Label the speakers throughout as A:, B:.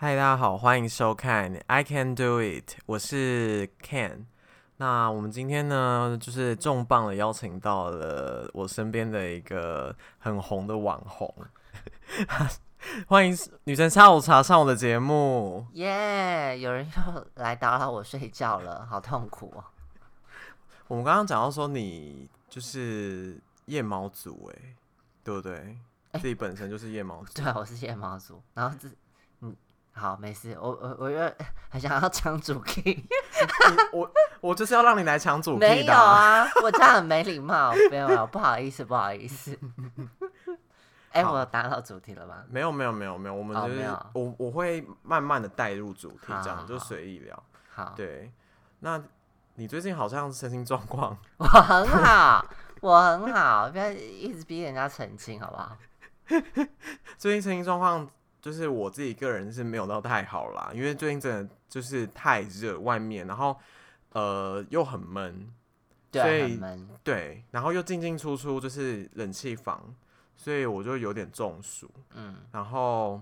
A: 嗨，大家好，欢迎收看《I Can Do It》，我是 Ken。那我们今天呢，就是重磅的邀请到了我身边的一个很红的网红， 欢迎女神下午茶上我的节目。
B: 耶有人又 来打扰我睡觉了，好痛苦哦！
A: 我们刚刚讲到说你就是夜猫族、哎，对不对？自己本身就是夜猫族，
B: 对啊，我是夜猫族，然后自嗯，好，没事，我我我又很想要抢主 key，
A: 你我我就是要让你来抢主 K
B: 没
A: 的
B: 有
A: 啊、
B: 啊，我这样很没礼貌，没有没有，不好意思，不好意思。哎、
A: 好
B: 我有打扰主题了吗？
A: 没有没有没有没有，我们
B: 哦
A: 就是、
B: 没有啊
A: 我我会慢慢的带入主题，
B: 好
A: 这样
B: 好
A: 就
B: 好
A: 随意聊。
B: 好，
A: 对，那你最近好像身心状况，
B: 我很好，我很好，不要一直逼人家澄清，好不好？
A: 最近身心状况就是我自己个人是没有到太好啦，因为最近真的就是太热，外面然后呃又很闷，所
B: 对，啊
A: 以
B: 很闷，
A: 对，然后又进进出出就是冷气房，所以我就有点中暑，
B: 嗯，
A: 然后。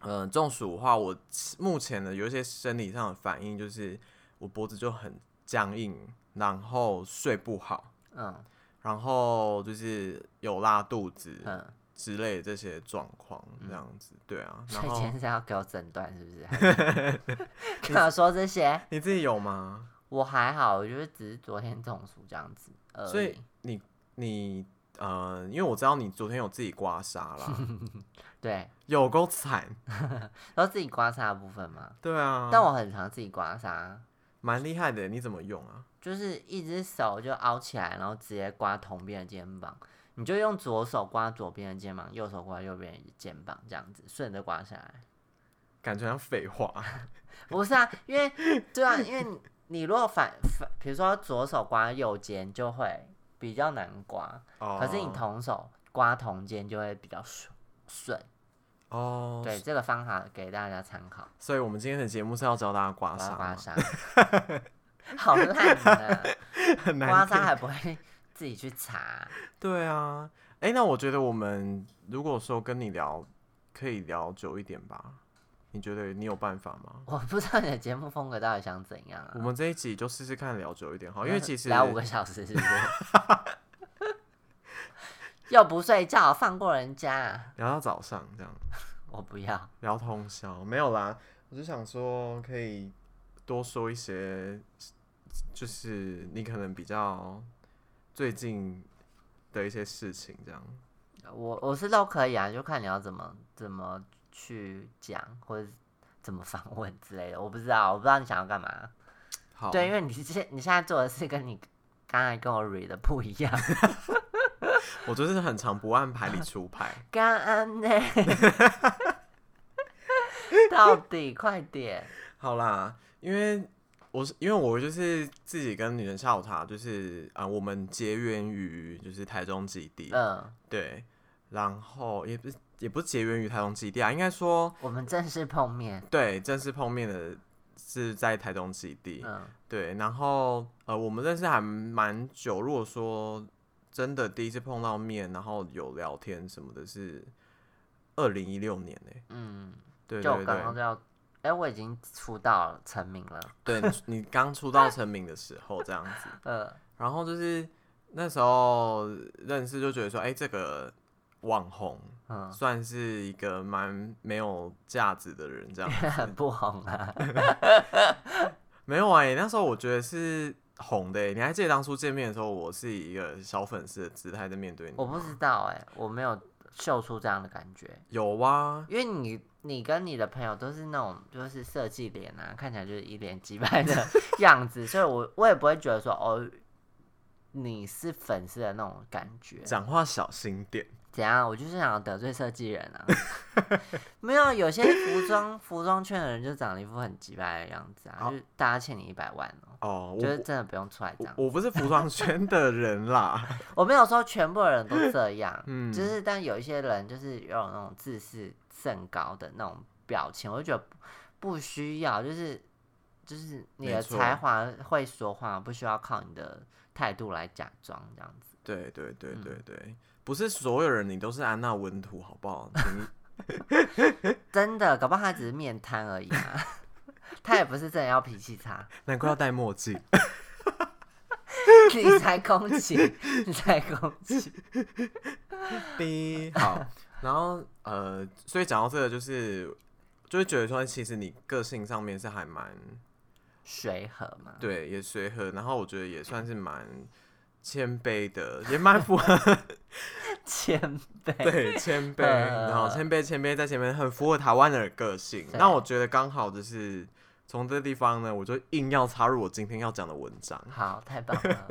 A: 嗯、中暑的话，我目前的有一些生理上的反应，就是我脖子就很僵硬，然后睡不好，
B: 嗯
A: 然后就是有拉肚子，
B: 嗯，
A: 之类的这些状况，这样子，对啊。
B: 所
A: 然
B: 以今
A: 后
B: 天是要给我诊断是不是？还是 跟我说这些？
A: 你自己有吗？
B: 我还好，我就是只是昨天中暑这样子而已。
A: 所以你你呃，因为我知道你昨天有自己刮痧 啦，
B: 对，
A: 有够惨，
B: 然后自己刮痧的部分嘛，
A: 对啊。
B: 但我很常自己刮痧，
A: 蛮厉害的，你怎么用啊？
B: 就是一只手就凹起来，然后直接刮同边的肩膀，你就用左手刮左边的肩膀，右手刮右边的肩膀，这样子顺着刮下来。
A: 感觉像废话，
B: 不是啊，因为对啊，因为你你如果反反，比如说左手刮右肩就会比较难刮，
A: 哦
B: 可是你同手刮同肩就会比较顺顺。
A: 哦，
B: 对，，这个方法给大家参考。
A: 所以我们今天的节目是要教大家刮
B: 我要
A: 痧
B: 刮
A: 哦吗，
B: 痧， 好烂啊！
A: 很 难
B: 刮痧
A: 听
B: 还不会 自己去查，
A: 对啊，哎、那我觉得我们如果说跟你聊，可以聊久一点吧？你觉得你有办法吗？
B: 我不知道你的节目风格到底想怎样
A: 我
B: 啊？
A: 们这一集就试试看聊久一点哦好，因为其实
B: 聊五个小时是不是？ 又不睡觉，放过人家，
A: 聊到早上这样，
B: 我不要。
A: 聊通宵没有啦。我就想说，可以多说一些，就是你可能比较最近的一些事情，这样。
B: 我我是都可以啊，就看你要怎么怎么去讲，或者怎么访问之类的。我不知道，我不知道你想要干嘛。
A: 好，
B: 对，因为你现你现在做的事跟你刚才跟我 read 的不一样。
A: 我就是很常不按 牌理出牌。
B: 干安 呢？到底快点！
A: 好啦，因为我是因为我就是自己跟女人下午茶，就是啊、呃我们结缘于就是台中基地，
B: 嗯，
A: 对，然后也不是也不是结缘于台中基地啊，应该说
B: 我们正式碰面。
A: 对正式碰面的是在台中基地，
B: 嗯
A: 对，然后呃我们认识还蛮久，如果说真的第一次碰到面，然后有聊天什么的是。二零一六年呢、欸
B: 嗯，
A: 对
B: 就
A: 对
B: 我刚刚
A: 对，
B: 就要，哎、我已经出道了，成名了。
A: 对你你刚出道成名的时候这样子，
B: 呃，
A: 然后就是那时候认识就觉得说，哎、这个网红
B: 嗯，
A: 算是一个蛮没有价值的人，这样
B: 很不红 啊。
A: 没有哎、那时候我觉得是红的、欸，你还记得当初见面的时候，我是以一个小粉丝的姿态在面对你
B: 我
A: 吗，
B: 不知道哎、我没有秀出这样的感觉，
A: 有啊，
B: 因为你你跟你的朋友都是那种就是设计脸啊，看起来就是一脸鸡掰的样子，所以我我也不会觉得说哦，你是粉丝的那种感觉。
A: 讲话小心点，
B: 怎样？我就是想要得罪设计人啊！ 没有，有些服装服装圈的人就长了一副很鸡掰的样子啊，
A: 好
B: 就是大家欠你一百万哦、
A: 哦，我
B: 就是真的不用出来这样。
A: 我我不是服装圈的人 啦，
B: 我没有说全部的人都这样，
A: 嗯
B: 就是但有一些人就是有那种自视甚高的那种表情，我就觉得不不需要，就是就是你
A: 没
B: 的
A: 错
B: 才华会说话，不需要靠你的态度来假装这样子。
A: 对对对
B: 嗯
A: 对对，不是所有人你都是安娜温图好不好？请你
B: 真的，搞不好他只是面瘫而已啊， 他也不是真的要脾气差，
A: 难怪要戴墨 镜。
B: 你才攻击， 你才攻击，
A: 第一好，然后呃，所以讲到这个，就是就会觉得说，其实你个性上面是还蛮
B: 水和嘛，
A: 对，也随和，然后我觉得也算是蛮谦卑的，也蛮符 合
B: 谦卑，
A: 对谦卑，
B: 呃
A: 然后谦卑谦卑在前面很符合台湾人的个性。
B: 对
A: 那我觉得刚好就是从这地方呢，我就硬要插入我今天要讲的文章，
B: 好，太棒了，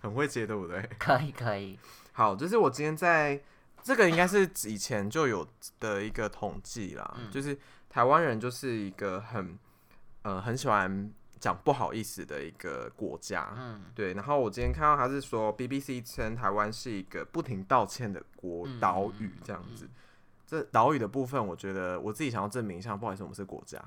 A: 很会接，对不对？
B: 可以可以，
A: 好，就是我今天在这个应该是以前就有的一个统计啦，
B: 嗯
A: 就是台湾人就是一个很呃很喜欢讲不好意思的一个国家。
B: 嗯
A: 对，然后我今天看到他是说 BBC 称台湾是一个不停道歉的国
B: 嗯
A: 岛屿这样子。这岛屿的部分，我觉得我自己想要证明一下，不好意思，我们是国家。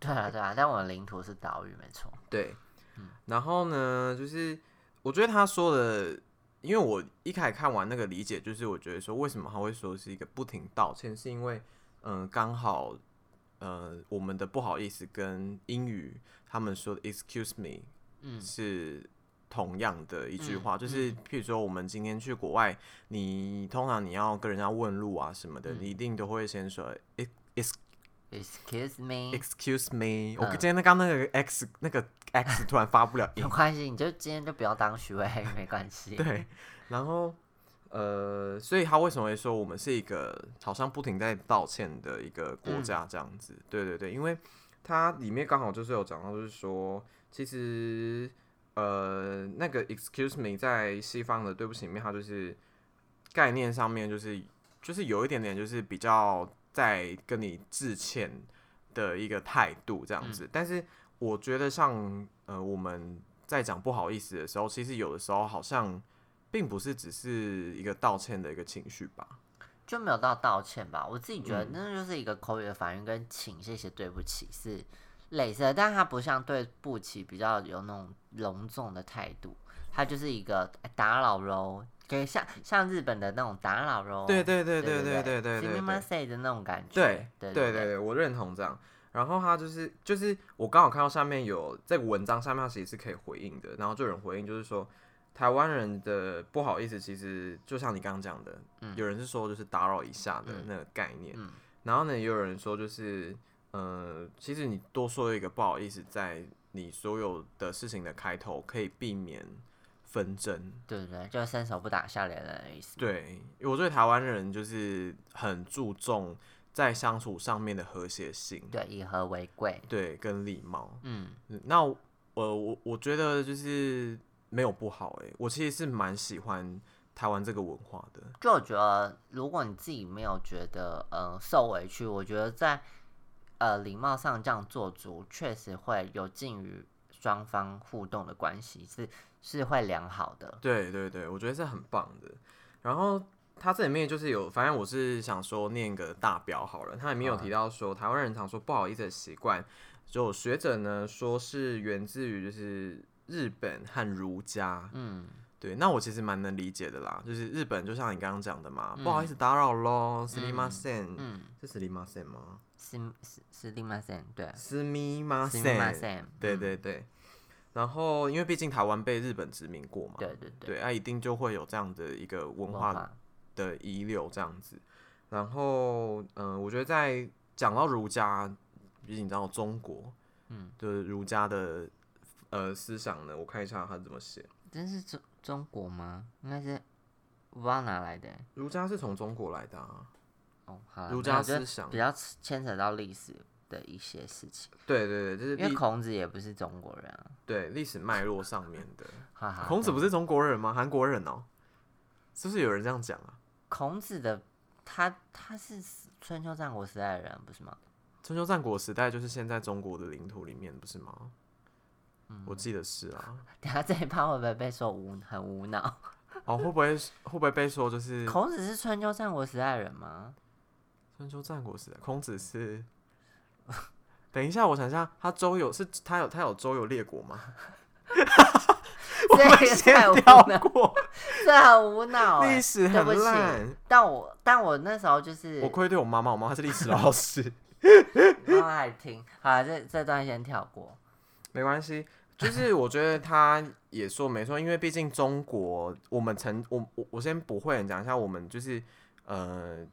B: 对啊对啊，但我的领土是岛屿，没错，
A: 对，
B: 嗯
A: 然后呢，就是我觉得他说的，因为我一开始看完那个理解，就是我觉得说为什么他会说是一个不停道歉，是因为嗯，呃刚、好呃我们的不好意思跟英语他们说的 excuse me
B: 嗯
A: 是同样的一句话，
B: 嗯
A: 就是譬如说我们今天去国外，你通常你要跟人家问路啊什么的，
B: 嗯
A: 你一定都会先说 "Ex-
B: ，Excuse me，
A: excuse me，、我
B: 嗯
A: 今天刚刚那个 x 那个 x 突然发不了音
B: 有，关系，你就今天就不要当徐伟， 没关系，
A: 对，然后呃，所以他为什么会说我们是一个好像不停在道歉的一个国家这样子？对对对，因为它里面刚好就是有讲到，就是说其实呃那个 excuse me 在西方的对不起里面，它就是概念上面就是就是有一点点就是比较在跟你致歉的一个态度这样子，但是我觉得像呃我们在讲不好意思的时候，其实有的时候好像并不是只是一个道歉的一个情绪吧。
B: 就没有到道歉吧。我自己觉得
A: 嗯
B: 那就是一个口语的反应，跟请、谢谢、对不起是类似的，但它不像对不起比较有那种隆重的态度，它就是一个哎打扰喽，给像像日本的那种打扰喽，
A: 对对对
B: 对
A: 哦对对对对
B: 对
A: 对对
B: say 的那种感觉，
A: 对
B: 对
A: 对
B: 对，
A: 对，我认同这样。然后他就是就是我刚好看到下面有在文章上面，他其实是可以回应的。然后就有人回应，就是说台湾人的不好意思，其实就像你刚刚讲的，
B: 嗯
A: 有人是说就是打扰一下的
B: 嗯
A: 那个概念。
B: 嗯
A: 然后呢，也有人说就是呃，其实你多说一个不好意思，在你所有的事情的开头，可以避免纷争。
B: 对对对，就伸手不打笑脸人的意思。
A: 对，我觉得台湾人就是很注重在相处上面的和谐性，
B: 对，以和为贵。
A: 对，跟礼貌。
B: 嗯，
A: 嗯那我呃我我觉得就是没有不好诶、我其实是蛮喜欢台湾这个文化的。
B: 就我觉得，如果你自己没有觉得呃受委屈，我觉得在呃礼貌上这样做足，确实会有近于双方互动的关系是是会良好的。
A: 对对对，我觉得是很棒的。然后它这里面就是有，反正我是想说念个大标好了。它里面有
B: 好啊
A: 提到说，台湾人常说不好意思的习惯，就有学者呢说是源自于就是日本和儒家。
B: 嗯，
A: 对，那我其实蛮能理解的啦，就是日本就像你刚刚讲的嘛，
B: 嗯
A: 不好意思打扰喽，すみません，
B: 嗯，
A: 是すみません吗？
B: 是是是另外三对，啊
A: すみますせ
B: 另外
A: ん，
B: 三，
A: 对
B: 嗯
A: 对对。然后因为毕竟台湾被日本殖民过嘛，
B: 嗯对对对，
A: 对，啊，一定就会有这样的一个文
B: 文
A: 化的遗留这样子。然后，嗯、我觉得在讲到儒家，毕竟你知道中国，
B: 嗯，
A: 就是儒家的呃思想呢，我看一下他怎么写。
B: 真是中中国吗？应该是不知道哪来的欸。
A: 儒家是从中国来的、啊，
B: 哦，好啦，
A: 儒
B: 没
A: 家
B: 有就是
A: 思想
B: 比较牵扯到历史的一些事情，
A: 对对对，就是
B: 因为
A: 历
B: 孔子也不是中国人啊。
A: 对历史脉络上面的。
B: 哈哈，
A: 孔子不
B: 懂
A: 是中国人吗？韩国人哦、是不是有人这样讲啊？
B: 孔子的，他他是春秋战国时代的人，不是吗？
A: 春秋战国时代就是现在中国的领土里面，不是吗？我记得是啊。
B: 等下这一趴会不会被说无很无脑？
A: 哦，会不会会不会被说就是
B: 孔子是春秋战国时代的人吗？
A: 春秋战国时代，孔子是？ 等一下，我想一下，他周游是他有他有周游列国吗？我
B: 这
A: 们
B: 个
A: 先
B: 太无
A: 跳
B: 脑，
A: 过，
B: 这很无脑欸、
A: 历史
B: 对不
A: 很
B: 起
A: 烂。
B: 但我但我那时候就是
A: 我愧对我妈妈，我妈妈是历史老师，
B: 妈妈还听，好啦这这段先跳过。
A: 没关系。就是我觉得他也说没错，因为毕竟中国，我们曾我我我先不会讲一下，我们就是呃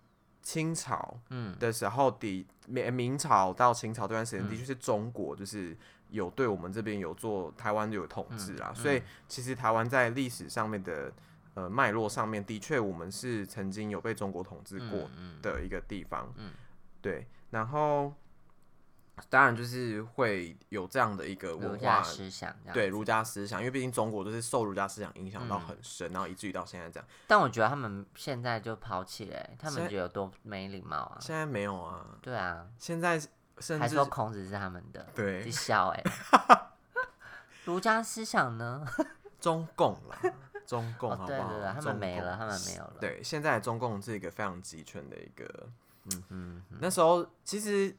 A: 清朝
B: 嗯，
A: 的时候的明明朝到清朝这段时间，
B: 嗯
A: 的确是中国就是有对我们这边有做台湾有统治啊，
B: 嗯
A: 所以其实台湾在历史上面的呃脉络上面，的确我们是曾经有被中国统治过
B: 嗯
A: 的一个地方。
B: 嗯
A: 对，然后当然就是会有这样的一个
B: 嗯儒
A: 文
B: 家
A: 化，
B: 思想这样。
A: 对儒家思想，因为毕竟中国就是受儒家思想影响到
B: 嗯
A: 很深，然后以至于到现在这样。
B: 但我觉得他们现在就抛弃了欸、他们
A: 现在
B: 觉得有多没礼貌啊。
A: 现在没有啊，
B: 对啊，
A: 现在甚
B: 还
A: 至
B: 说孔子是他们的，你
A: 对
B: 笑 哎、儒家思想呢？
A: 中共 啦，中共
B: 哦
A: 好不好？
B: 对对对他们
A: 中共
B: 没了他们没有了
A: 对，现在的中共是一个非常集权的一个
B: 嗯嗯嗯，
A: 那时候其实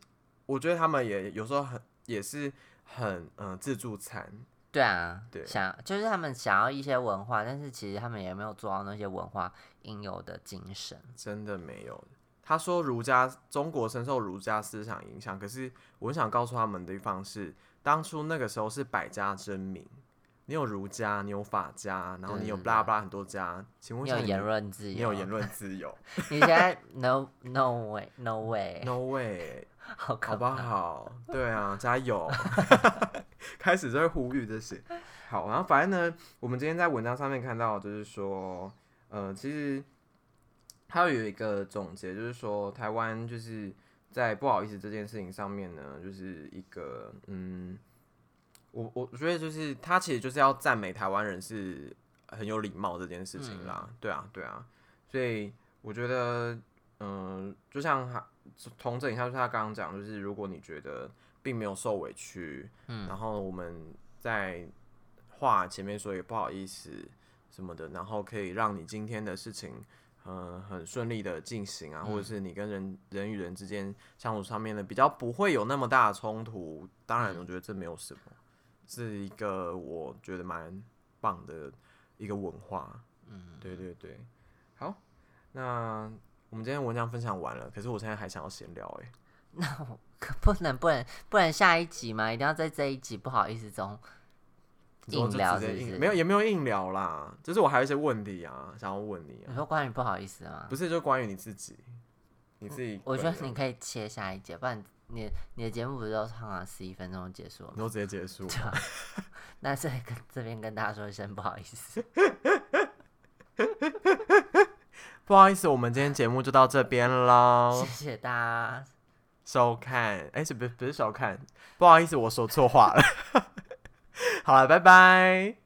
A: 我觉得他们也有时候很也是很嗯、呃自助餐，
B: 对啊，
A: 对
B: 想就是他们想要一些文化，但是其实他们也没有做到那些文化应有的精神。
A: 真的没有。他说儒家中国深受儒家思想影响，可是我想告诉他们的地方是，当初那个时候是百家争鸣，你有儒家，你有法家，然后你有
B: 对对对
A: 巴拉巴拉很多家，请问
B: 嗯你
A: 一下
B: 有
A: 你
B: 言
A: 们，
B: 论自由，
A: 你有言，论自由
B: 你现在 no no way no way，
A: ？No way，
B: 好可
A: 好不好？对啊，加 油！开始就会呼吁这些。好，然后反正呢，我们今天在文章上面看到，就是说，呃，其实它有一个总结，就是说台湾就是在不好意思这件事情上面呢，就是一个嗯，我我我觉得就是他其实就是要赞美台湾人是很有礼貌这件事情啦，对啊，对啊，所以我觉得，嗯、就像他同整一下，就是他刚刚讲，就是如果你觉得并没有受委屈，
B: 嗯
A: 然后我们在话前面说也不好意思什么的，然后可以让你今天的事情。嗯，很顺利的进行啊，
B: 嗯
A: 或者是你跟人人与人之间相处上面的比较不会有那么大的冲突。当然，
B: 嗯
A: 我觉得这没有什么，是一个我觉得蛮棒的一个文化。
B: 嗯，
A: 对对对，好，那我们今天文章分享完了，可是我现在还想要闲聊哎、
B: 可不能不能不能下一集吗？一定要在这一集不好意思中
A: 你说
B: 硬
A: 就
B: 聊
A: 直
B: 是
A: 接
B: 不
A: 硬
B: 是？
A: 没有，也没有硬聊啦，就是我还有一些问题啊，想要问你
B: 你
A: 啊，
B: 说关于不好意思吗
A: 不？是就关于你自己，你自己
B: 我觉
A: 本
B: 得你
A: 人
B: 可以切下一节，不然你你的节目不是都唱了十一分钟就结束了
A: 你
B: 吗？
A: 都直接结 束
B: 对，吧？那这里跟这边跟大家说一声不好意思，
A: 不好意思，我们今天节目就到这边
B: 谢
A: 喽，
B: 谢大家。
A: 收看，哎、 是不是不是收看，不好意思，我说错话了，好了，拜拜。